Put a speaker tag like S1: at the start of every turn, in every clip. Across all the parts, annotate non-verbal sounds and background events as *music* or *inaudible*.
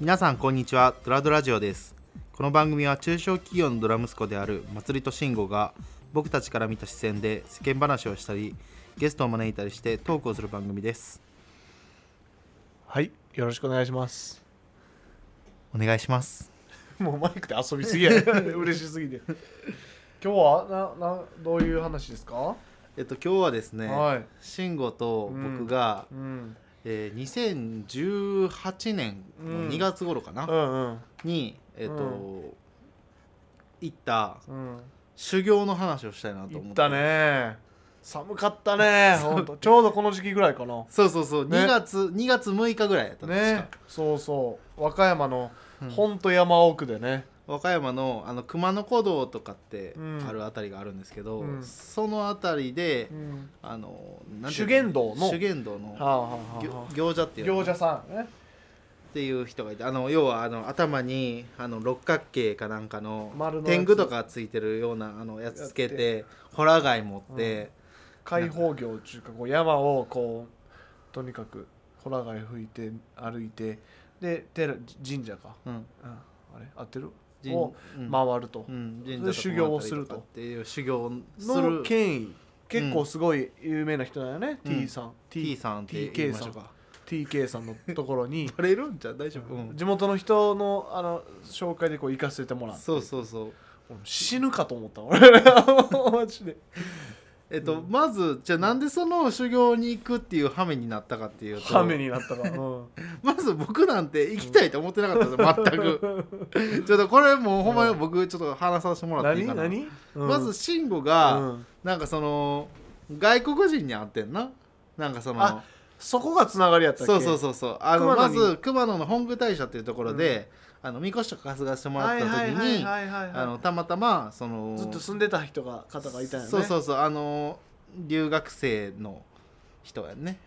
S1: 皆さんこんにちはドラドラジオですこの番組は中小企業のドラ息子であるまつりと慎吾が僕たちから見た視線で世間話をしたりゲストを招いたりしてトークをする番組です
S2: はい、よろしくお願いします。
S1: お願いします
S2: もうマイクで遊びすぎや、 *laughs* 嬉しすぎて。今日はななどういう話ですか？
S1: えっと今日はですね、
S2: はい。
S1: 慎吾と僕が、
S2: うん
S1: えー2018年の2月頃かな、
S2: うん
S1: にえっと、行った
S2: うん。
S1: 修行の話をしたいなと
S2: 行
S1: 思
S2: っ
S1: ったて
S2: ね。寒かっ
S1: *laughs*
S2: たね。本当。ちょうどこの時期ぐらいかな。
S1: そうそうそう、
S2: ね
S1: 2月2月6日ぐらいやったんです
S2: ね
S1: か、。
S2: そうそう。和歌山の
S1: うん
S2: 本当山奥でね。
S1: 和歌山のあの熊野古道とかって
S2: うん
S1: あるあたりがあるんですけど、
S2: うん
S1: そのあたりで、
S2: うん。
S1: あのなんてい
S2: 修
S1: う
S2: 験道の
S1: 修験道の
S2: はあは
S1: ぎ
S2: あは
S1: ょ
S2: あ。
S1: 行者っていうの
S2: 行者さんね。
S1: っていう人がいてあの要はあの頭にあの六角形かなんかの
S2: 丸のやつ
S1: 天狗とかついてるようなあのやつつけてホラ貝持って、
S2: 開放業っていうかこう山をこうとにかくホラ貝吹いて歩いてで寺神社か。
S1: うん
S2: うんあれ合ってる
S1: 神
S2: を
S1: うん
S2: 回ると、
S1: うん、神社とか
S2: それで修行をする
S1: 回っ
S2: と
S1: たりっていう修行す
S2: の
S1: る
S2: 権威結構すごい有名な人だよね、
S1: うん
S2: T さん
S1: T さんって言い
S2: TK
S1: まし
S2: さ
S1: ょうんか
S2: TK さんのところ
S1: *laughs*
S2: に
S1: バレるんじゃ大丈夫、うん
S2: 地元の人のあの紹介でこう行かせてもらって
S1: そうそうそう
S2: 俺死ぬかと思った俺 *laughs* マジで
S1: えっと、まずじゃあなんでその修行に行くっていう羽目になったかっていうと
S2: ハメになったから、うん
S1: まず僕なんて行きたいと思ってなかったですよ
S2: *laughs*
S1: 全くちょっとこれもうほんまに僕ちょっと話させてもらっていい
S2: 何
S1: かな
S2: 何、うん
S1: まず慎吾
S2: う
S1: が
S2: ん
S1: なんかその外国人に会ってんななんかその
S2: あそこがつながりやったっけ
S1: そうそうそうそうあの
S2: 熊野
S1: ま
S2: に
S1: ず熊野の本宮大社っていうところで、あのみこしとか担がしてもら
S2: は
S1: っ
S2: い
S1: た
S2: は
S1: 時
S2: いはい
S1: に
S2: はいはい
S1: あのたまたまその
S2: ずっと住んでた人が方がいたよね
S1: そうそうそうあの留学生の人やね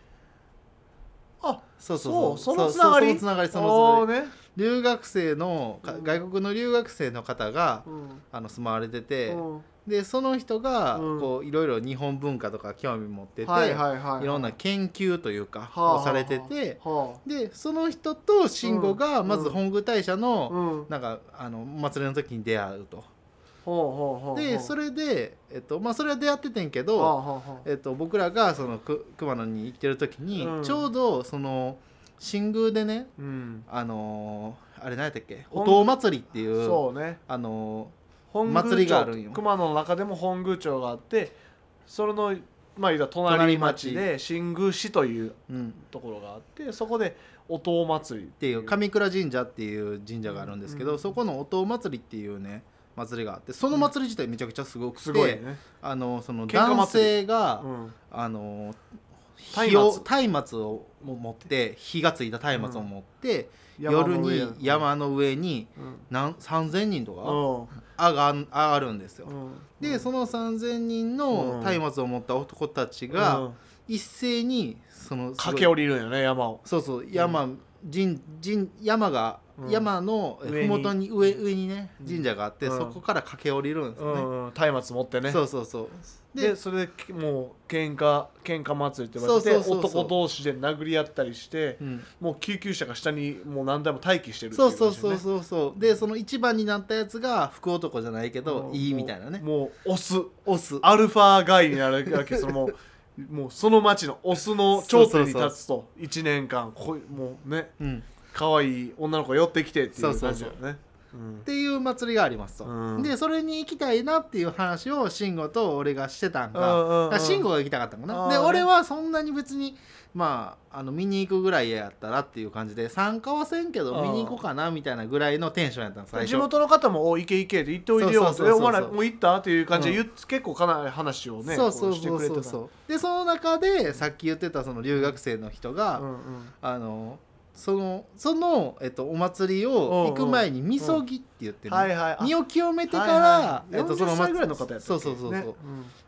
S2: あ
S1: そうそう
S2: そううそのつなが
S1: そ
S2: り
S1: うそのつながりそのつながり
S2: おーね、
S1: 留学生のか
S2: うん
S1: 外国の留学生の方が
S2: うん
S1: あの住まわれてて、
S2: うん
S1: でその人が
S2: うん
S1: こういろいろ日本文化とか興味持ってて、
S2: はいいはいはい、
S1: ろんな研究というか、
S2: はあ
S1: をされてて、
S2: は
S1: でその人と慎吾が
S2: うん
S1: まず本宮大社
S2: あ、
S1: の、
S2: うん、
S1: なんかあのお祭りの時に出会うと。
S2: ほうほうほうほう
S1: でそ
S2: れ
S1: れで、えっとまあ、それは出会っててんけ
S2: を
S1: ど、
S2: はあはあはあ
S1: えっと、僕らがそのく熊野に行ってる時に、
S2: うん
S1: ちょうどその新宮でね
S2: うん、
S1: あのーあれ何やったっけ
S2: ほん
S1: お塔祭りっていう
S2: そうね
S1: あの
S2: 本宮町
S1: 祭りがあるんよ
S2: 熊野の中でも本宮町があってそれのまあ言うたら隣町
S1: 隣
S2: で新宮市という
S1: ーうん、っ
S2: ところがあってそこでお塔祭りって
S1: いう上倉神社っていう神社があるんですけど、
S2: うん
S1: そこのお塔祭りっていうね祭りがあってその祭り自体めちゃくちゃすごくて、
S2: すごいね、
S1: あのその
S2: 喧嘩祭り
S1: 男性が、
S2: うん、
S1: あの
S2: 松
S1: 火を松明を持って火がついた松明を持って、夜に
S2: 山の
S1: 山の上に
S2: 上うん
S1: 何3,000人とか、
S2: うん
S1: 上がん上がるんですよ、
S2: うん
S1: でその3,000人
S2: う
S1: の
S2: ん
S1: 松明を持った男たち
S2: う
S1: が
S2: ん
S1: 一斉にそのすごい
S2: 駆け下りるんよね山を
S1: そうそう山、神神山が、
S2: うん
S1: 山の
S2: 上に
S1: ふもとに上上にね
S2: うん
S1: 神社があって、
S2: うん
S1: そこから駆け下りるんです
S2: う
S1: よね、
S2: んうん松明持ってね
S1: そうそうそう
S2: で
S1: で
S2: それできもう喧嘩喧嘩祭りって言われて
S1: そうそうそうそう
S2: 男同士で殴り合ったりして
S1: うん、
S2: もう救急車が下にもう何台も待機してるってい
S1: そううそうそ
S2: 感
S1: う
S2: じ
S1: そうそうでその一番になったやつが福男じゃないけ
S2: だよ
S1: ど
S2: ねもう
S1: いいみたいなね
S2: もうオス
S1: オス
S2: アルファガイになるわけそのもうもうその町のオスの頂点に立つと1年間こいもうね
S1: うん、
S2: 可愛い女の子が寄ってきてっていう
S1: そう
S2: 感
S1: そう
S2: じ
S1: そ
S2: だ
S1: う
S2: よねうん
S1: っていう祭りがありますと、
S2: うん
S1: でそれに行きたいなっていう話を慎吾と俺がしてたんか,、
S2: うんうんうん
S1: だから慎吾が行きたかったんか
S2: あ
S1: な
S2: ー
S1: で
S2: ね
S1: 俺はそんなに別にまああの見に行くぐらいやったらっていう感じで参加はせんけど見に行こうかなみたいなぐらいのテンションやったの最初
S2: 地元の方も「おいけいけ」って言っておいでよって
S1: そう
S2: え
S1: そうそうそう
S2: お前らもう行った?」っていう感じで、言っ結構かなり話をね
S1: そうそう
S2: こして
S1: そう
S2: くれ
S1: そう
S2: て
S1: そ
S2: た
S1: うでその中でさっき言ってたその留学生の人が、
S2: うんうん
S1: あのそのその、えっと、お祭りを行く前にみそぎって言ってね、
S2: はいはいあ
S1: 身を清めてから、
S2: えっと、その
S1: 祭
S2: ぐらいの方やったっけ
S1: そうそうそうそう、
S2: ね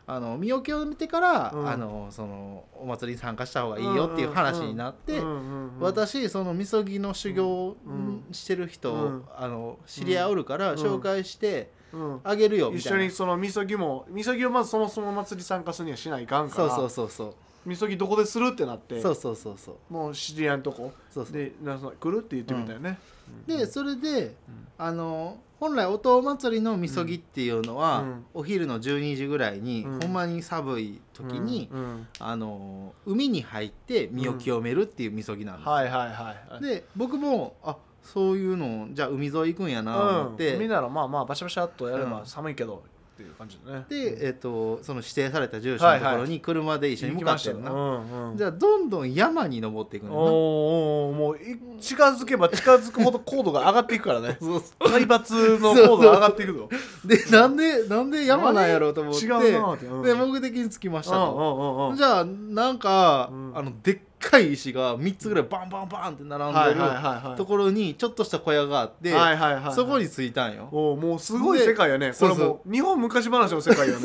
S1: あの身を清めてから、
S2: うん
S1: あのそのお祭りに参加した方がいいよっていう話になって、
S2: うんうんうん
S1: 私そのみそぎの修行を
S2: うん
S1: してる人を、
S2: うん
S1: あの知り合いおるから
S2: うん
S1: 紹介して
S2: うん
S1: あげるよみ
S2: 一
S1: たい
S2: 緒
S1: な、
S2: にそのみそぎもみそぎをまずそもそも祭り参加するにはしないかんか
S1: そう
S2: ら
S1: そうそうそう
S2: みそぎどこでするってなって
S1: そうそうそうそう
S2: もう知り合いのとこ
S1: そうそう
S2: でなんか来るって言ってみたよね、
S1: でそれで、あの本来おとう祭りのみそぎっていうのは、
S2: うん
S1: お昼の12時ぐらいに、
S2: うん
S1: ほんまに寒い時に、
S2: うんうん
S1: あの海に入って身を清めるっていうみそぎなんです、
S2: はいはいはい
S1: で僕もあそういうのじゃあ海沿い行くんやなと思って、
S2: うん、みんならまあまあバシャバシャっとやれ
S1: う
S2: ば
S1: ん
S2: 寒いけどっていう感じだね
S1: で、えっとその指定された住所のところに車で一緒に向かってるな、
S2: うんうん、
S1: じゃあどんどん山に登っていく
S2: おー
S1: の
S2: おーおーもうい近づけば近づくほど高度が上がっていくからね
S1: なそうそ
S2: 海抜の高度が上がっていくぞ
S1: うでなんでなんで山なんやろうと思って
S2: 違うなって、うん、
S1: で
S2: うん
S1: 目的に着きましたと。
S2: うんうんうん
S1: じゃあなんか、
S2: うん
S1: あのでっかい石が3つぐらいバンバンバンって並んでる
S2: はい
S1: ところにちょっとした小屋があって、
S2: はいはいはいはい
S1: そこに着いたんよ。
S2: おーもうすごい世界やねこ
S1: そう
S2: れ
S1: そう
S2: もう日本昔話の世界
S1: *laughs*
S2: やね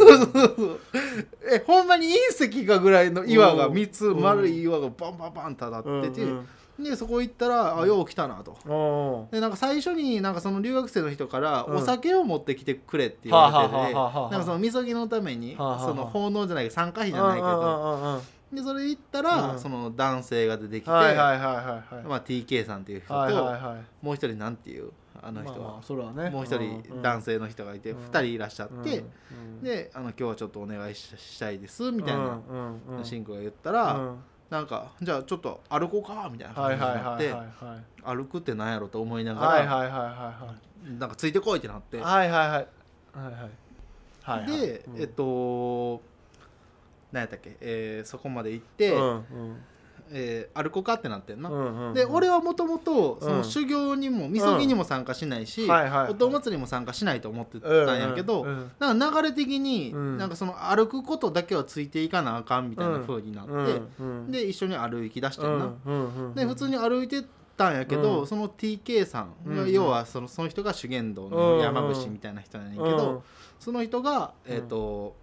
S1: えほんまに隕石がぐらいの岩が
S2: うん
S1: 3つ
S2: うん
S1: 丸い岩がバンバンバンただってて、
S2: うん
S1: でそこ行ったらあよう来たなと。
S2: うんおー
S1: でなんか最初になんかその留学生の人から
S2: うん
S1: お酒を持ってきてくれって言われて
S2: はあはあ
S1: て
S2: はあはあ
S1: なんかそのみそぎのために
S2: はあはあはあ
S1: その奉納じゃないけど参加費じゃないけど
S2: うんうんうんうん
S1: でそれ行ったら
S2: うん
S1: その男性が出てきて
S2: はいはいはいはいはい
S1: まあ、TK さんっていう人と、
S2: はいはいはい
S1: もう一人なんていうあの人は、
S2: まあまあそれはね
S1: もう一人男性の人がいて、
S2: うん
S1: 二人いらっしゃっ
S2: うん
S1: て、
S2: うん
S1: であの「今日はちょっとお願いししたいです」みたいな、
S2: うんうんうん
S1: シンクが言ったら、
S2: うん
S1: なんか「じゃあちょっと歩こうか」みたいな
S2: はい
S1: 感じ
S2: はい
S1: になっ
S2: はい
S1: て、
S2: はいはい
S1: 歩くってなんやろと思いながら、
S2: はいはいはい
S1: なんかついてこいってなって、
S2: はいはいはいはいはいはいはいはい
S1: で、
S2: うん
S1: えっと何やったっけ、えーそこまで行って、
S2: うんうん
S1: えー歩こうかってなってんな。
S2: うんうん
S1: で俺はもともとそうの
S2: ん
S1: 修行にもみそぎにも参加しないし、
S2: うんはいはい
S1: おとお祭りも参加しないと思ってたんやけど、
S2: うんうん
S1: なんか流れ的に、
S2: うん
S1: なんかその歩くことだけはついていかなあかんみたいな風になって、
S2: うん
S1: で一緒に歩き出して
S2: うんん
S1: な、
S2: うんうん
S1: で普通に歩いてたんやけど、
S2: うん
S1: その TK さん、
S2: うん
S1: 要はそのその人が修験道の山伏みたいな人なんやけど、その人が、えーと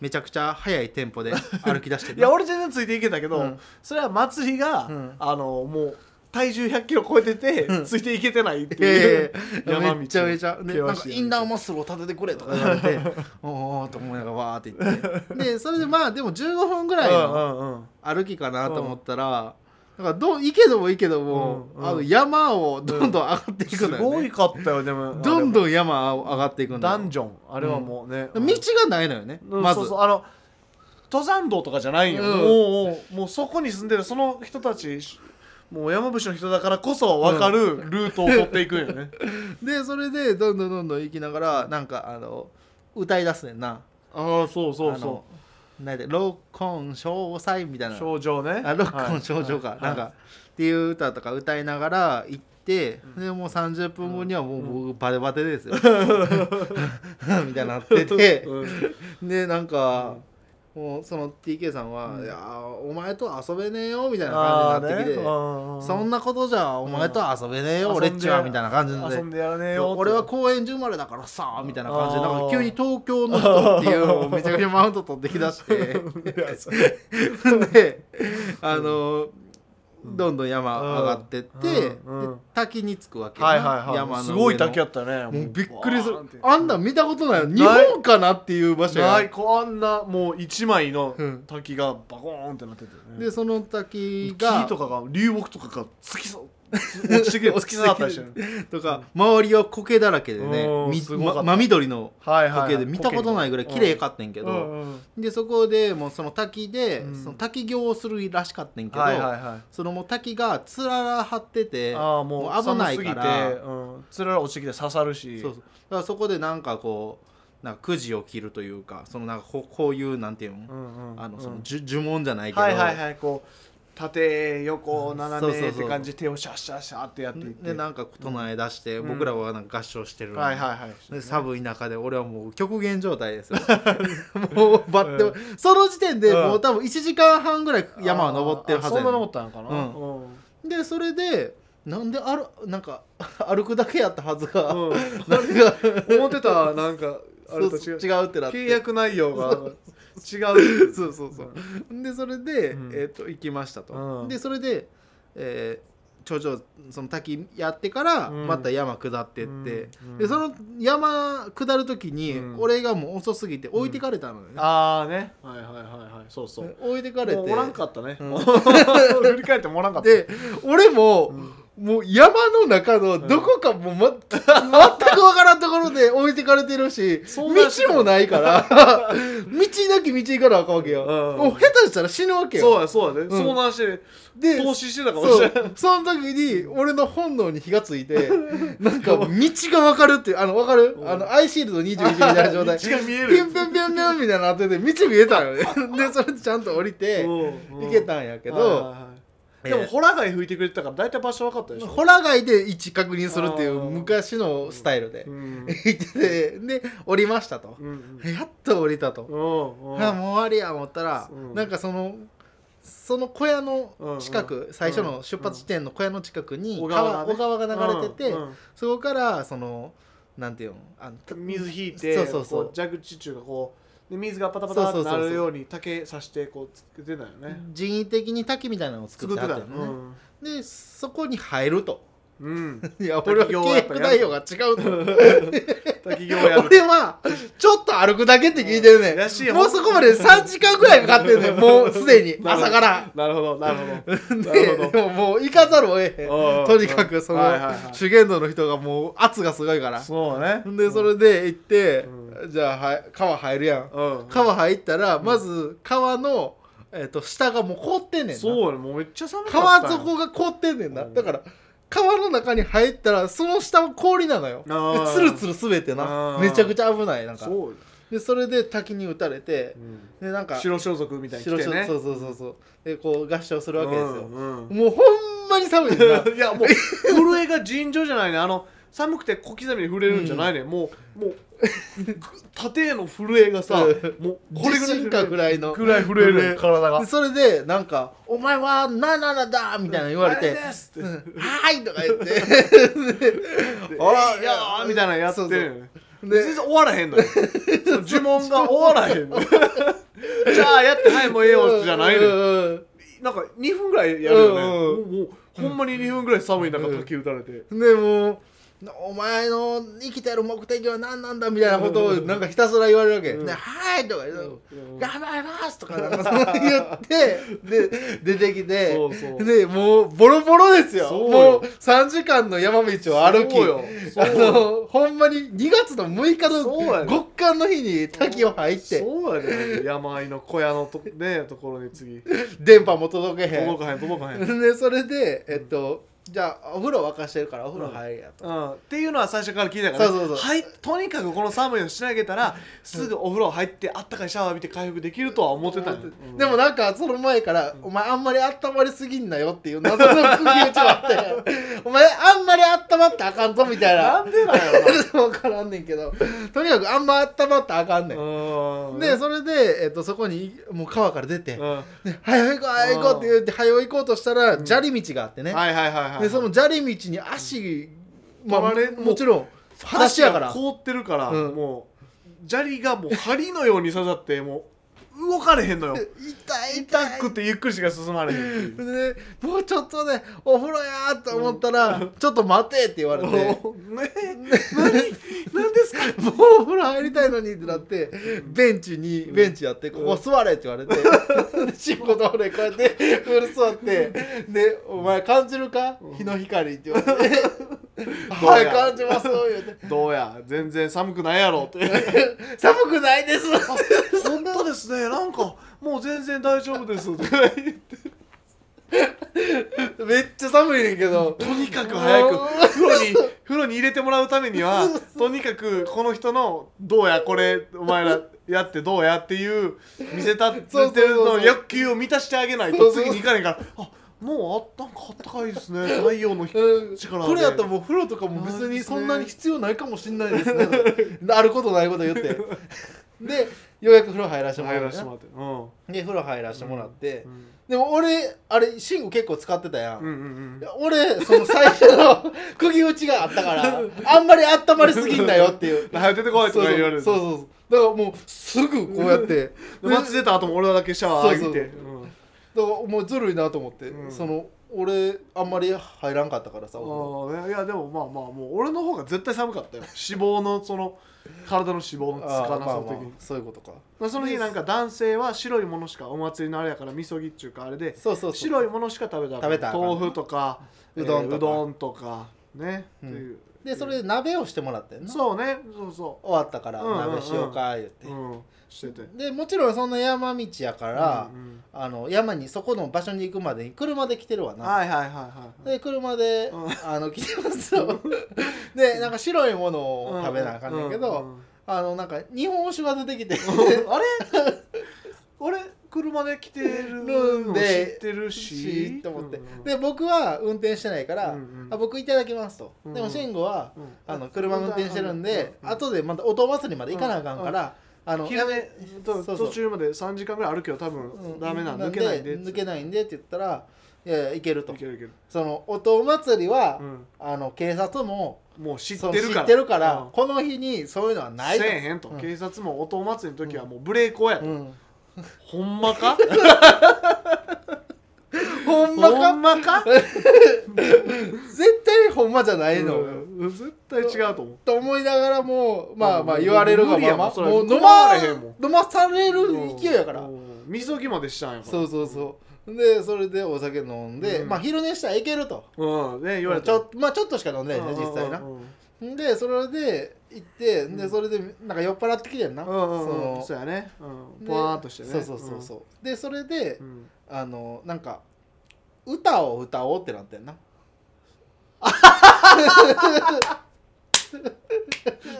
S1: めちゃくちゃ速いテンポ
S2: *laughs*
S1: で歩き出して
S2: うん
S1: る
S2: いや俺全然ついていけたけど、
S1: うん
S2: それは祭りが、
S1: うん
S2: あのもう体重100キロ超えてて、ついていけてないっていう
S1: ええめっちゃめちゃ、でなんかインナー
S2: も
S1: マッスルを立ててくれとか言われ
S2: *laughs*
S1: ておーおーと思いながらわーって言ってでそれでまあでも15分ぐらいの歩きかなと思ったら、だからどう行けども行けども、
S2: うんうん
S1: あの山をどんどん上がっていく
S2: す
S1: のよ、ね
S2: ごいかったよでも
S1: どん
S2: ん
S1: どん山を上がっていくの
S2: ダ
S1: よ
S2: ンジョンあれはもうね、
S1: 道がないのよね、
S2: うん
S1: まず
S2: そうそうあの登山道とかじゃないよ、
S1: うん
S2: もうもうもうそこに住んでるその人たちもう山伏の人だからこそ分かるルートを取っていくんよね、
S1: でそれでどんどんどんどん行きながらなんかあの歌い出すねんな
S2: ああそうそう
S1: あの
S2: そ
S1: なんで「ロコン詳細」みたいうな
S2: 症状ね
S1: あロックの症状か、
S2: はい
S1: なんか、っていう歌とか歌いながら行って、でもう30分後にはもう僕バテバテです
S2: *laughs*
S1: よ、 *laughs* みたいになってて *laughs*
S2: うん
S1: でなんか、もうその TK さんは「いやーお前とは遊べねえよ」みたいな感じになってきて、そん
S2: な
S1: なことじゃお前とは遊べねえよ、俺っちはみたいな感じで
S2: 遊んでやらねえよって
S1: 俺は高円寺生まれだからさみたいな感じでなんか急に東京の人っていうのをめちゃくちゃマウント取ってきだしてであのどんどん山上がってって、
S2: うんうん
S1: で滝に着くわけな、
S2: はいはい
S1: 山の上
S2: はいす
S1: の
S2: ごい滝やったね
S1: もうびっくりす
S2: バ
S1: る
S2: ーンって
S1: あんなん見たことないよ日
S2: ない
S1: 本かなっていう場所
S2: な
S1: や
S2: いこんなもう一枚の
S1: うん
S2: 滝がバコーンってなっててね
S1: でその滝が
S2: 木とかが流木とかがつきそう
S1: *laughs*
S2: 落ちてきてつきそうだったりしてる
S1: とか周りは苔だらけでね
S2: うん
S1: み
S2: すごかった
S1: ま真緑の
S2: はい
S1: 苔で見たことないぐらい綺麗かってんけ
S2: け
S1: ど、でそこでもうその滝で、
S2: うん
S1: その滝行をするらしかったんけど、
S2: はいはいはい
S1: そのもう滝がつらら張ってて
S2: ああもう
S1: 危ないか
S2: 寒
S1: ら
S2: すぎてうんつらら落ちてきて刺さるし
S1: そうそうだからそこでなんかこうなんかくじを切るというかそのなんかこうこういうなんていうの,、
S2: うんうん
S1: あのそうの
S2: ん
S1: 呪呪文じゃないけど、
S2: はいはいはいこう縦横斜
S1: そうそう
S2: めっ
S1: そう
S2: て感じで手をシャッシャッシャッってやっていって
S1: でなんか唱え出して、
S2: うん
S1: 僕らはなんか合唱してるの、
S2: はいはいはい
S1: で寒い中で俺はもう極限状態ですよ *laughs* もうバッて、その時点でもう多分1時間半ぐらい山を登ってるはずや
S2: あそん
S1: ね
S2: なん登ったのかな
S1: うん
S2: うん
S1: でそれでなんで歩なんか *laughs* 歩くだけやったはずが、
S2: う
S1: *laughs*
S2: ん
S1: なんか
S2: 思ってたなんか *laughs* あれと
S1: そう
S2: 違う
S1: そう違うってなって
S2: 契約内容が違う
S1: そうそうそうでそれで、
S2: うん
S1: えー、と行きましたと、
S2: うん
S1: でそれで、えー頂上その滝やってから
S2: うん
S1: また山下ってって、
S2: うん
S1: でその山下る時に
S2: うん
S1: 俺がもう遅すぎて置いてかれたのよね、
S2: ああねはいはいはいはいそうそう
S1: 置いてかれて
S2: もうおらんかったね、
S1: うん
S2: *laughs* 振り返ってもおらんかった
S1: で俺も、もう山の中のどこかもう、ま全くわからんところで置いてかれてるし
S2: 遭難してた
S1: 道もないから
S2: *laughs*
S1: 道なき道行かなあかんわけよ、
S2: うん
S1: もう下手したら死ぬわけよ
S2: そうやそうやね、
S1: うん
S2: 遭難して
S1: で
S2: 投資してたかもし
S1: そ
S2: れないう
S1: その時に俺の本能に火がつい
S2: *laughs*
S1: てなんか道が分かるっていうあの分かる、
S2: うん
S1: あのアイシールド21みたいな状態
S2: *laughs* 道が見え
S1: ピン
S2: る
S1: ピンピンピンみたいなの当てて道見えたよねでそれでちゃんと降りて
S2: うんうん
S1: 行けたんやけ
S2: はい
S1: ど、
S2: はいはいでもホラガイ吹いてくれてたから大体場所分かったでしょ、
S1: ホラ街で位置確認するっていう
S2: あー
S1: 昔のスタイルで
S2: うん
S1: 行ってて *laughs* で降りましたと
S2: うんうん
S1: やっと降りたと
S2: うん
S1: あもう終わりや思ったら
S2: うん
S1: なんかそのその小屋の近
S2: うん
S1: く
S2: うん
S1: 最初の出発地点の小屋の近くに
S2: 小川
S1: 川
S2: がね
S1: 小川が流れてて
S2: うん
S1: そこからそのなんていうのあのた
S2: うん水引いて
S1: そうそうそ
S2: こ
S1: う
S2: 蛇口中がこうで水がパタパタってなるように竹刺してこうつけてたよね
S1: 人為的に滝みたいなのを作
S2: 作
S1: っ
S2: ってて
S1: あったたよ
S2: よ
S1: ね
S2: ね
S1: でそこに入ると
S2: うん
S1: いや俺は
S2: 滝行はやっ
S1: 契約
S2: ぱやる
S1: 内容が違うと
S2: 滝行 *laughs* やる
S1: 俺はちょっと歩くだけって聞いてる
S2: うんらしい
S1: ね
S2: よ
S1: もうそこまで3時間ぐらいかかってんね
S2: *laughs*
S1: んもうすでに
S2: なるほど
S1: 朝から
S2: なるほどなるほどな
S1: で
S2: るほ
S1: でも
S2: ど
S1: もう行かざるを得へん
S2: おうおうおう
S1: とにかくその
S2: はいはいはい
S1: 修験道の人がもう圧がすごいから
S2: そうね
S1: でそれで行って
S2: う
S1: じゃあはい川入るやん
S2: うん
S1: 川入ったらまず川のえっと下がもう凍ってんねんな
S2: そうねもうめっちゃ寒かった
S1: 川底が凍ってんねんな
S2: うん
S1: だから川の中に入ったらその下は氷なのよ
S2: あー
S1: でツルツル滑ってな
S2: あー
S1: めちゃくちゃ危ないなんか
S2: そう
S1: でそれで滝に打たれてでなんか
S2: 白装束みたいに
S1: 白
S2: 着て
S1: 装
S2: ね
S1: そうそうそうそうでこう合唱するわけですよ
S2: うんうん
S1: もうほんまに寒いんだ
S2: *laughs* いやもう震えが尋常じゃないねあの寒くて小刻みに震えるんじゃないね、もうもうぐ縦への震えがさ
S1: うん
S2: もうこ
S1: こ
S2: れ
S1: れぐ
S2: ぐら
S1: らいか
S2: い震え
S1: ぐらいの
S2: ぐらい震える体が
S1: でそれでなんか「お前はなななだ!」みたいなの言われ
S2: あ
S1: て
S2: です
S1: 「う
S2: って
S1: んはーい!」とか言
S2: *laughs*
S1: って
S2: で
S1: 「あ
S2: いやーみたいなのやって
S1: そうそ
S2: る
S1: う
S2: よね全
S1: で
S2: 然終わらへんのよ
S1: *laughs*
S2: その呪文が終わらへんのじゃあやってはいもうええよじゃないのよ
S1: うん
S2: なんか2分ぐらいやるよ
S1: うん
S2: ね、もうもうほんまに2分ぐらい寒い中
S1: うん
S2: 滝打たれて、
S1: うんでもう「お前の生きてる目的は何なんだ」みたいなことをなんかひたすら言われるわけ「
S2: うん
S1: ではーい!」とか言って
S2: うん
S1: 頑張りますとかなんかそう言ってで出てきて
S2: そ
S1: *laughs*
S2: うそう
S1: でもうボロボロですよ
S2: そうよ
S1: もう3時間の山道を歩き
S2: そうよ
S1: あ
S2: そうよ
S1: のほんまに2月の6日
S2: そうや
S1: の
S2: ね
S1: 極寒の日に滝を入って
S2: そうやね山あいの小屋のと,、ね、ところに次
S1: 電波も届けへん
S2: 届かへん届かへん、うん、
S1: でそれでえっとじゃあお風呂沸かしてるからお風呂入りやと、
S2: っていうのは最初から聞いたから、ね、
S1: そうそうそう
S2: はいとにかくこの寒いのしなげたらすぐお風呂入ってあったかいシャワー浴びて回復できるとは思ってたんようん
S1: でもなんかその前から、お前あんまり温まりすぎんなよっていう謎の空気打ちもあって
S2: *laughs*
S1: お前あんまり温まってあかんぞみたい
S2: な
S1: なん
S2: でだよ
S1: *laughs* 分からんねんけどとにかくあんま温まってあかんねん、
S2: なうん
S1: でそれで、えっと、そこにもう川から出て「
S2: うん
S1: で早い行こう早い行こう」って言って早い行こうとしたら、砂利道があってね、
S2: はいはいはいはい
S1: でその砂利道に足、まあ、
S2: 取られ
S1: もちろん裸足やから
S2: 凍ってるから、
S1: うん
S2: もう砂利がもう針のように刺さってもう動かれへんのよ
S1: 痛い痛
S2: 痛くてゆっくりしか進まれへんっていう
S1: でもうちょっとねお風呂やーと思ったら、ちょっと待てって言われてもう
S2: もう *laughs* ね何何ですか
S1: *laughs* お風呂入りたいのにってなってベンチにベンチやって、ここ座れって言わ
S2: *laughs*
S1: れて、で仕事俺こうやってプール座ってで「お前感じるか日の光」って言われ
S2: *laughs*
S1: て「
S2: どう
S1: はい
S2: や
S1: 感じます」言うて
S2: どうや全然寒くないやろって
S1: 「寒くないです」
S2: *laughs* 本当ですねなんかもう全然大丈夫ですって言って
S1: めっちゃ寒いねんけど
S2: とにかく早く風呂に風呂に入れてもらうためにはとにかくこの人の「どうやこれお前らやってどうや」っていう見せたって
S1: そうそうそう
S2: るの欲求を満たしてあげない
S1: そ
S2: と
S1: うそう
S2: 次に行かないから「あもうあったかあったかいですね太陽の光
S1: うん
S2: 力で
S1: これやったらもう風呂とかも別にそんなに必要ないかもしんないです
S2: *laughs*
S1: ねあることないこと言ってでようやく風呂入らせてもら
S2: 入
S1: う
S2: ら
S1: ね
S2: せてもらって」うん
S1: で風呂入らせてもらって、
S2: うん
S1: でも俺あれシング結構使ってたやん、
S2: うんうんうん
S1: 俺その最初の釘打ちがあった
S2: *laughs*
S1: からあんまり温まりすぎんなよっていう
S2: 早く出てこいとか言われる
S1: そうそうそうだからもうすぐこう
S2: *laughs*
S1: やって
S2: で街出た後も俺らだけシャワー浴びて
S1: だからもうずるいなと思って、
S2: うん
S1: その俺あんまり入らんかったからさ
S2: あ
S1: お風呂
S2: ーいやでもまあまあもう俺の方が絶対寒かったよ脂肪のその体の脂肪のつ
S1: あー
S2: か
S1: ま
S2: な
S1: あ
S2: さ
S1: ま
S2: 的
S1: あ
S2: に
S1: そういうことか
S2: まあその日なんか男性は白いものしかお祭りのあれやからみそぎっちゅうかあれで
S1: そうそうそう
S2: 白いものしか食べたらあかん
S1: 食べたらあかん
S2: 豆腐とか
S1: うどんとか
S2: えーうどんとかね、
S1: うん
S2: っていう
S1: でそれで鍋をしてもらってんな終
S2: そうねそうそ
S1: わったから
S2: うんうんうん
S1: 鍋しようか言って
S2: う、うん、してて
S1: でもちろんそんな山道やから、
S2: うん
S1: あの山にそこの場所に行くまでに車で来てるわ
S2: うん
S1: な、
S2: はいはいはいはい
S1: で車で、
S2: うん
S1: あの来てます
S2: *laughs*
S1: よでなんか白いものを食べなあかんねんけど、
S2: うんうん
S1: あのなんか日本酒が出てきて
S2: *laughs* あ
S1: *laughs*
S2: れ俺車で来てる
S1: るん
S2: の知
S1: で
S2: ってる
S1: し
S2: し
S1: と思って、
S2: うんうん
S1: で僕は運転してないから、
S2: うんうん
S1: あ僕いただきますと、
S2: うん
S1: でも慎吾は
S2: うん
S1: あの車運転してるんで、
S2: うんうん
S1: 後でまたおと祭りまで行かなあかんから、あの
S2: 昼寝
S1: そうそう
S2: 途中まで3時間ぐらい歩くよ多
S1: うん
S2: 分ダメな抜けないで
S1: 抜けないんでって言ったらいやいや行けると
S2: いけるいける、
S1: そのおと祭りは、
S2: うん
S1: あの警察も
S2: もう知っ
S1: そ
S2: て
S1: の
S2: るから
S1: から
S2: うん
S1: この日にそういうのはないと
S2: せえへんと、
S1: うん
S2: 警察も音祭りの時はもうブレーコーやと、
S1: うん
S2: ほんまか
S1: *laughs* ほんま
S2: ほ
S1: か
S2: んま
S1: *laughs*
S2: か
S1: 絶対ほんまじゃないの、
S2: うん絶対違うと思う
S1: と思いながらもまあまあ
S2: もう
S1: 言われるが
S2: 無理
S1: ま
S2: や
S1: ま
S2: もんそれ
S1: もう飲
S2: 断
S1: ま
S2: られへんもん
S1: 飲まされる勢いやから
S2: うんみそぎまでしたんやから
S1: そうそうそうでそれでお酒飲んで、
S2: うん
S1: まあ昼寝したらいけると
S2: うんね
S1: ち
S2: 言われた
S1: ょ,、まあ、ちょっとしか飲んでないね
S2: うん
S1: 実際な
S2: うんうん
S1: でそれで行ってでそれでなんか酔っ払ってきてんな、
S2: うんうん
S1: そ
S2: そうやねうん
S1: の
S2: ぽわーっとしてね
S1: そうそうそうそう、でそれで、
S2: うんうん
S1: あのなんか歌を歌おうってなってんな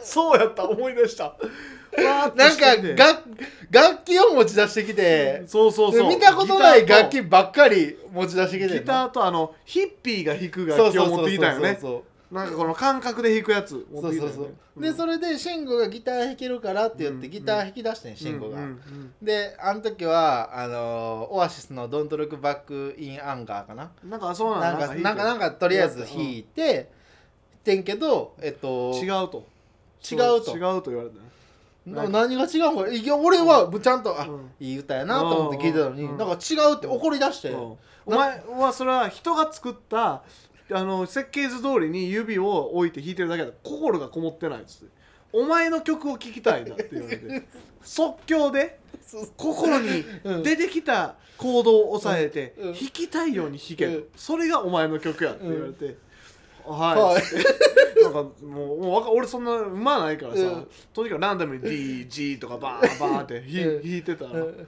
S2: そうやった思い出したわーっと
S1: なん
S2: して
S1: か
S2: て
S1: 楽楽器を持ち出してきて
S2: そうそうそう
S1: 見たことない楽
S2: ギ
S1: 器ばっかり持ち出してき
S2: ター
S1: て
S2: とギターとあのヒッピーが弾く
S1: ーそ
S2: 楽
S1: う
S2: 器
S1: そ
S2: を
S1: うそ
S2: 持
S1: う
S2: ってきたよね
S1: そう
S2: なんかこの感覚で弾くやつ
S1: そうそうそうそうでそ
S2: れ
S1: れで慎吾がギター弾けるからって言って
S2: うん
S1: ギター弾き出してん慎吾が、
S2: うんうん
S1: であの時はあのーオアシスの「Don't Look Back in Anger」かな
S2: うんなんかそう
S1: な
S2: な
S1: ん
S2: ん
S1: か
S2: だ
S1: なんかなんかとりあえず弾いて、ってんけどえっと
S2: 違うと
S1: 違うと
S2: 違うと言われたね
S1: な何が違うんかいや俺はぶちゃんとあ、
S2: うん
S1: いい歌やなと思って聞いてたのに、
S2: うんうん
S1: なんか違うって怒り出して、
S2: うんお前はそれは人が作ったあの設計図通りに指を置いて弾いてるだけだ心がこもってないっつってお前の曲を聴きたいなって言わ
S1: *laughs*
S2: れて即興で心に
S1: うん
S2: 出てきた行動を抑えて、
S1: うんうん
S2: 弾きたいように弾けと、
S1: うん
S2: それがお前の曲やって言われて、
S1: は
S2: はいいつって、なんかもうもうわか俺そんなうまないからさ、
S1: うん
S2: とにかくランダムに DG とかバーバーってひ
S1: うん
S2: 弾いてたら、
S1: うん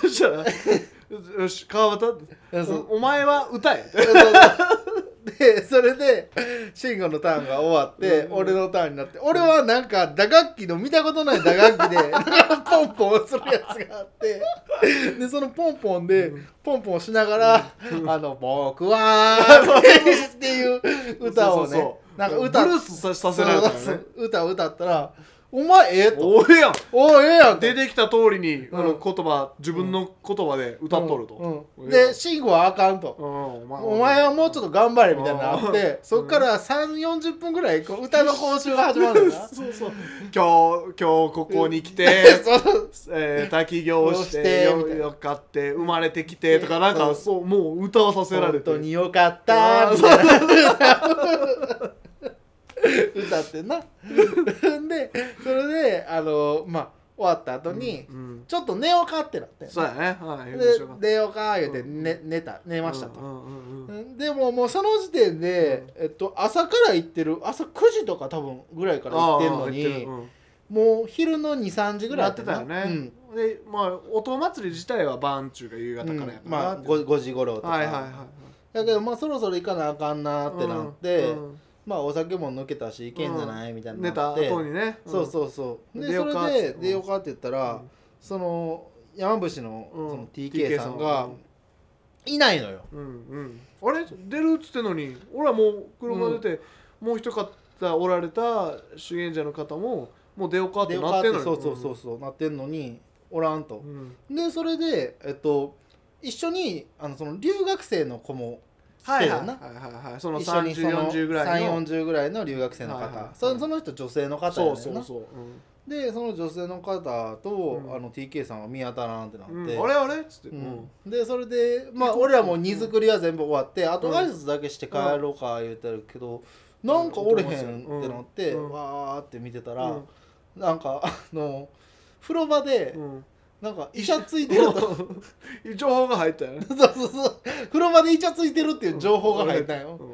S2: そしたら「よし川端
S1: うん *laughs* そう
S2: おお前は歌え」
S1: そうそうでそれで慎吾のターンが終わって、
S2: うん
S1: 俺のターンになって俺はなんか打楽器の見たことない打楽器
S2: *laughs*
S1: でなんかポンポンするやつがあってでそのポンポンでポンポンしながら「あの僕は」っていう歌をね
S2: そうそうそう
S1: なんか歌
S2: ブルースささせられたよ
S1: そ
S2: ね
S1: う歌を歌ったら「お前ええ」と
S2: おいやん
S1: 「おいええやんと」
S2: 出てきた通りに、
S1: うん
S2: あの言葉自分の言葉で歌っとると、
S1: うんうんで慎吾はあかんと、
S2: うんお前
S1: お前はもうちょっと頑張れみたいになっ
S2: う
S1: て
S2: ん
S1: そっから3 4 0分ぐらいこう歌の報酬が始まるんだな
S2: そうそう今日今日ここに来て、
S1: そう
S2: えー、滝行し
S1: して
S2: て
S1: みたいな
S2: よよかって生まれてきてとかなん
S1: うん
S2: かそうもう歌をさせられ
S1: 本
S2: て
S1: 当によかったみたいな歌ってなでそれであのまあ終わった後に、
S2: うん
S1: ちょっと寝ようかってなって
S2: そうやねはい
S1: で
S2: よいしょ
S1: 寝ようか言うて、
S2: うん
S1: ね、寝た寝ましたと、
S2: うんうんうん
S1: うんでももうその時点で、えっと、朝から行ってる朝9時とか多分ぐらいから行ってんの
S2: ああ言って
S1: に、
S2: るうん
S1: もう昼の23時ぐらい
S2: やってたよね、でまあ音祭り自体は晩中が夕
S1: う
S2: 方
S1: ん
S2: からや
S1: うんまあ 5, 時頃とか、
S2: はいはいはい
S1: だけどまあそろそろ行かなあかんなってなって、
S2: うんうん
S1: まあお酒も抜けたし行けんじゃない、みたいにな
S2: 寝
S1: ったて
S2: 後にね、
S1: そう
S2: うん
S1: そうそうで
S2: 出
S1: そ
S2: よう
S1: れ
S2: か
S1: で
S2: うん
S1: 出ようかって言ったら、その山伏の
S2: うん
S1: その TK さん
S2: TK さ
S1: が
S2: んうん
S1: いないのよ
S2: うんうんあれ出るっつってのに俺はもう車出て、もう一方おられた修験者の方ももう出ようかっ
S1: で
S2: て
S1: よ
S2: な
S1: か
S2: っ
S1: ってて
S2: んのよ
S1: そうそうそうそうなってんのにおらんと
S2: う、ん
S1: でそれでえっと一緒にあのその留学生の子も来
S2: は
S1: て
S2: いは
S1: る
S2: いはい
S1: な、
S2: はいはいその
S1: 一緒にその
S2: 3040ぐらいの
S1: 3 40ぐらいの留学生の方、
S2: はいはいはい
S1: そその人女性の方やねんな
S2: そうそうそう、うん
S1: でその女性の方と、
S2: うん
S1: あの TK さんは見当たらんってなって、
S2: うん、あれあれっつって、
S1: う
S2: うん
S1: んでそれでまあ俺らも荷造りは全部終わって後挨拶だけして帰ろうか言うてるけど、なんかおれへんってなって、
S2: うん
S1: わーって見てたら、
S2: うん
S1: なんかあの風呂場で、
S2: うん
S1: なんか医者ついてると
S2: 情報が入ったよね
S1: *laughs* そうそうそう風呂場で医者ついてるっていう情報が入ったんよ、
S2: うん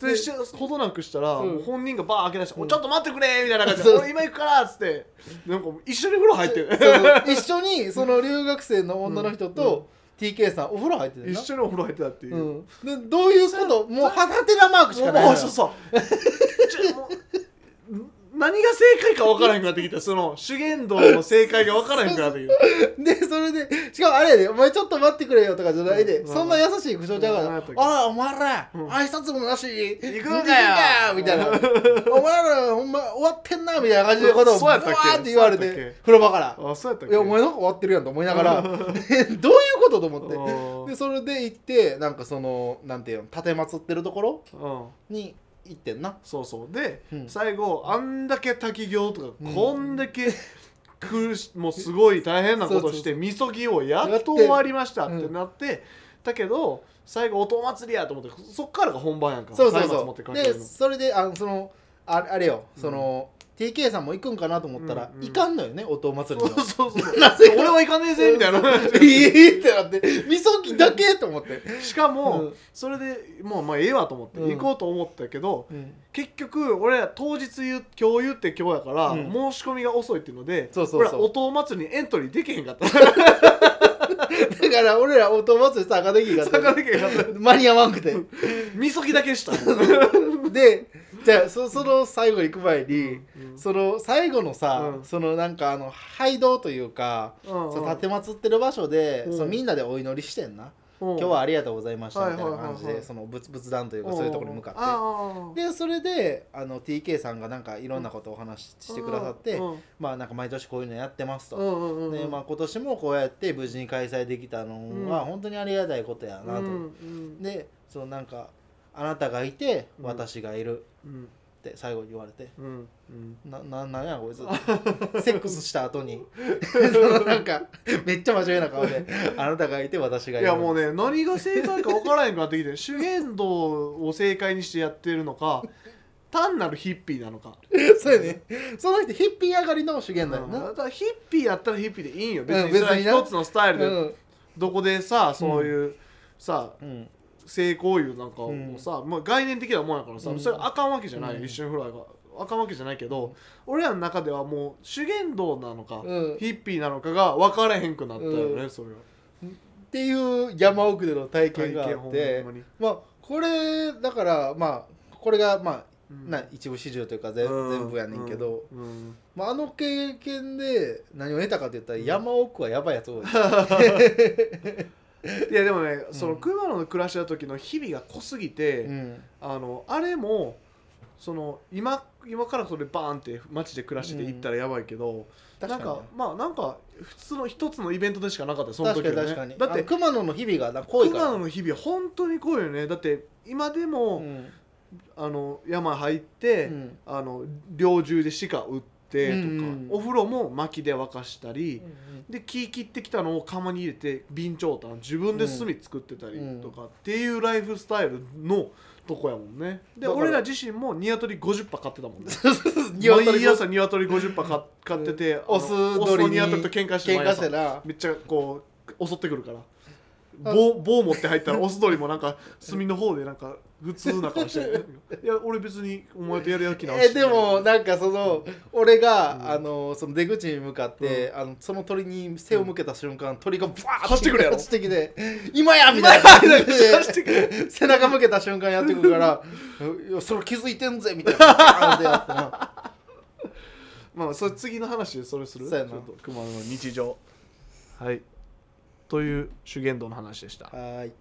S2: でしほどなくしたら、
S1: うん
S2: もう本人がバー開け出して「
S1: うん
S2: おちょっと待ってくれ」みたいな感じ
S1: そ
S2: で
S1: う
S2: 「俺今行くから」っつってなんか一緒に風呂入ってる
S1: そうそう一緒にその留学生の女の人と TK さんお風呂入ってる
S2: 一
S1: な、
S2: 緒にお風呂入ってたっていう、もう
S1: うん、でどういうこともうはてなマークしかないのよ
S2: もうそうそうちょもうん何が正解か分からへんくなってきたその主言道の正解が分からへんくなってきた
S1: でそれで *laughs* しかもあれやで「お前ちょっと待ってくれよ」とかじゃないで、
S2: うん
S1: そんな優しい口調ちゃうか
S2: うん
S1: ら「ああお前ら、
S2: うん
S1: 挨拶もなしに行
S2: くんかよ
S1: みたいな「お前らほんま終わってんな」みたいな感じのことを
S2: そうやったっけ
S1: ブワーって言われ
S2: そうやったってけ
S1: 風呂場から
S2: あそうやったっ
S1: 「い
S2: け
S1: やお前なんか終わってるやん」と思いながら
S2: う
S1: え
S2: ん
S1: どういうことと思
S2: う
S1: って
S2: ん
S1: でそれで行ってなんかそのなんていうの立てまつってるところ
S2: うん
S1: に行ってんな
S2: そうそうで、
S1: うん
S2: 最後あんだけ滝行とか、
S1: うん
S2: こんだけ苦し *laughs* もうすごい大変なことしてみそぎをやっと終わりましたってなって、だけど最後音祭りやと思ってそっからが本番やんか
S1: そうそう
S2: 松明持って
S1: そう
S2: かける
S1: で
S2: の
S1: それであのそのああれよ
S2: うん
S1: その、TK さんも行くんかなと思ったら、
S2: うんうん
S1: 行かんのよねお父祭り
S2: そ
S1: に
S2: う
S1: は
S2: そうそう
S1: *laughs* なぜ
S2: 俺は行かねえぜみた
S1: *laughs*
S2: いな
S1: えーってなってみそぎだけと思って、
S2: しかも、
S1: うん
S2: それでもうまあええわと思って、
S1: うん
S2: 行こうと思ったけど結局俺ら当日言う今日言って今日やから、
S1: うん
S2: 申し込みが遅いっていうので
S1: そうそうそう
S2: 俺ら音祭りにエントリーできへんかった
S1: だから俺らお友達で坂できが
S2: 坂出家が
S1: 間に合わん *laughs* くて
S2: みそぎだけ
S1: *laughs*
S2: した、
S1: でじゃあそその最後行く前に、
S2: うん
S1: その最後のさ、
S2: うん
S1: そのなんかあの廃道というか、
S2: うん
S1: その立てまつってる場所で、
S2: うん
S1: そのみんなでお祈りしてんな、
S2: 今
S1: 今日はありがとうございましたみたいな感じで、
S2: はいはいはいはい
S1: その仏仏壇というか
S2: ん
S1: そういうところに向かって、
S2: ああ
S1: でそれであの TK さんがなんかいろんなことをお話ししてくださって、
S2: うん
S1: まあなんか毎年こういうのやってますと、
S2: うんうんうん
S1: でまあ、今年もこうやって無事に開催できたのは
S2: うん
S1: 本当にありがたいことやなと、
S2: うんうん
S1: でそのなんか「あなたがいて
S2: うん
S1: 私がいる」
S2: うん
S1: って最後に言われて。
S2: うんうん
S1: なななんやこいつ
S2: *laughs*
S1: セックスした後に *laughs* そのなんかめっちゃ真面目な顔で「あなたがいて私がい
S2: い
S1: る」
S2: やもうね何が正解か分からへんくなってき *laughs* て主言道を正解にしてやってる
S1: *laughs*
S2: のか単なるヒッピーなのか
S1: そうやねその人ヒッピー上がりの主言だよ
S2: うん
S1: な、
S2: だからヒッピーやったらヒッピーでいいんよ別
S1: うん
S2: に
S1: 別
S2: そ
S1: に
S2: れ
S1: な
S2: は一つのスタイルで、
S1: うん
S2: どこでさそういう、さ
S1: うん、
S2: 性行為なんかをさ、まあ、概念的なもんやからさ、
S1: うん
S2: それあかんわけじゃない、
S1: うん
S2: 一瞬風呂があかんわけじゃないけど、俺らの中ではもう主言道なのか、
S1: うん
S2: ヒッピーなのかが分からへんくなったよね、
S1: うん
S2: それは
S1: っていう山奥での体験があっ
S2: 体験
S1: て
S2: ほんまに
S1: まあこれだからまあこれがまあ、
S2: うん
S1: な一部始終というかぜ、全部やねんけど、、
S2: うんうん
S1: まあ、あの経験で何を得たかって言ったら
S2: うん
S1: 山奥はやばいやつ多い、
S2: いやでもね、そうの
S1: ん
S2: 熊野の暮らしの時の日々が濃すぎて、
S1: うん
S2: あのあれもその今今からそれバーンって街で暮らしてて行ったらやばいけど、
S1: 確か
S2: な
S1: に
S2: んかまあなんか普通の一つのイベントでしかなかったよその時
S1: 確
S2: は、ね、
S1: かに確かに
S2: だっ
S1: あ
S2: て
S1: の熊野の日々がな濃いから
S2: 熊野の日々は本当に濃いよねだって今でも、
S1: うん
S2: あの山入って、
S1: うん
S2: あの猟銃で鹿撃ってとか、
S1: うんうん
S2: お風呂も薪で沸かしたり、で木切ってきたのを釜に入れて備長炭自分で炭作ってたりとか、っていうライフスタイルのとこやもんね
S1: だ
S2: で
S1: から
S2: 俺ら自身もニワトリ50羽買ってたもんね
S1: *laughs* 鶏
S2: 毎朝ニワトリ50羽か買ってて、
S1: うんオス
S2: あのオス
S1: 鳥
S2: の
S1: に
S2: ニワトリと喧嘩して
S1: 喧
S2: 毎
S1: 嘩
S2: 朝
S1: してな
S2: めっちゃこう襲ってくるから
S1: あ
S2: 棒棒持って入ったらオス鳥もなんか炭の方でなんか普通な顔してるいや俺別にお前とやるや気な
S1: えでも
S2: な
S1: なんかその俺が、
S2: うん
S1: あのその出口に向かって、あのその鳥に背を向けた瞬間、鳥がバーッ
S2: 走ってくるやろ
S1: 走ってきて「今や!」みたいな感じで
S2: 走ってくる
S1: *laughs* 背中向けた瞬間やってくる
S2: *laughs*
S1: から「いやそれ気づいてんぜ」みたいな感じでやってな
S2: *laughs* まあそれ次の話でそれする
S1: そうやな
S2: ちょっと熊野の日常はいという修験道の話でした
S1: はーい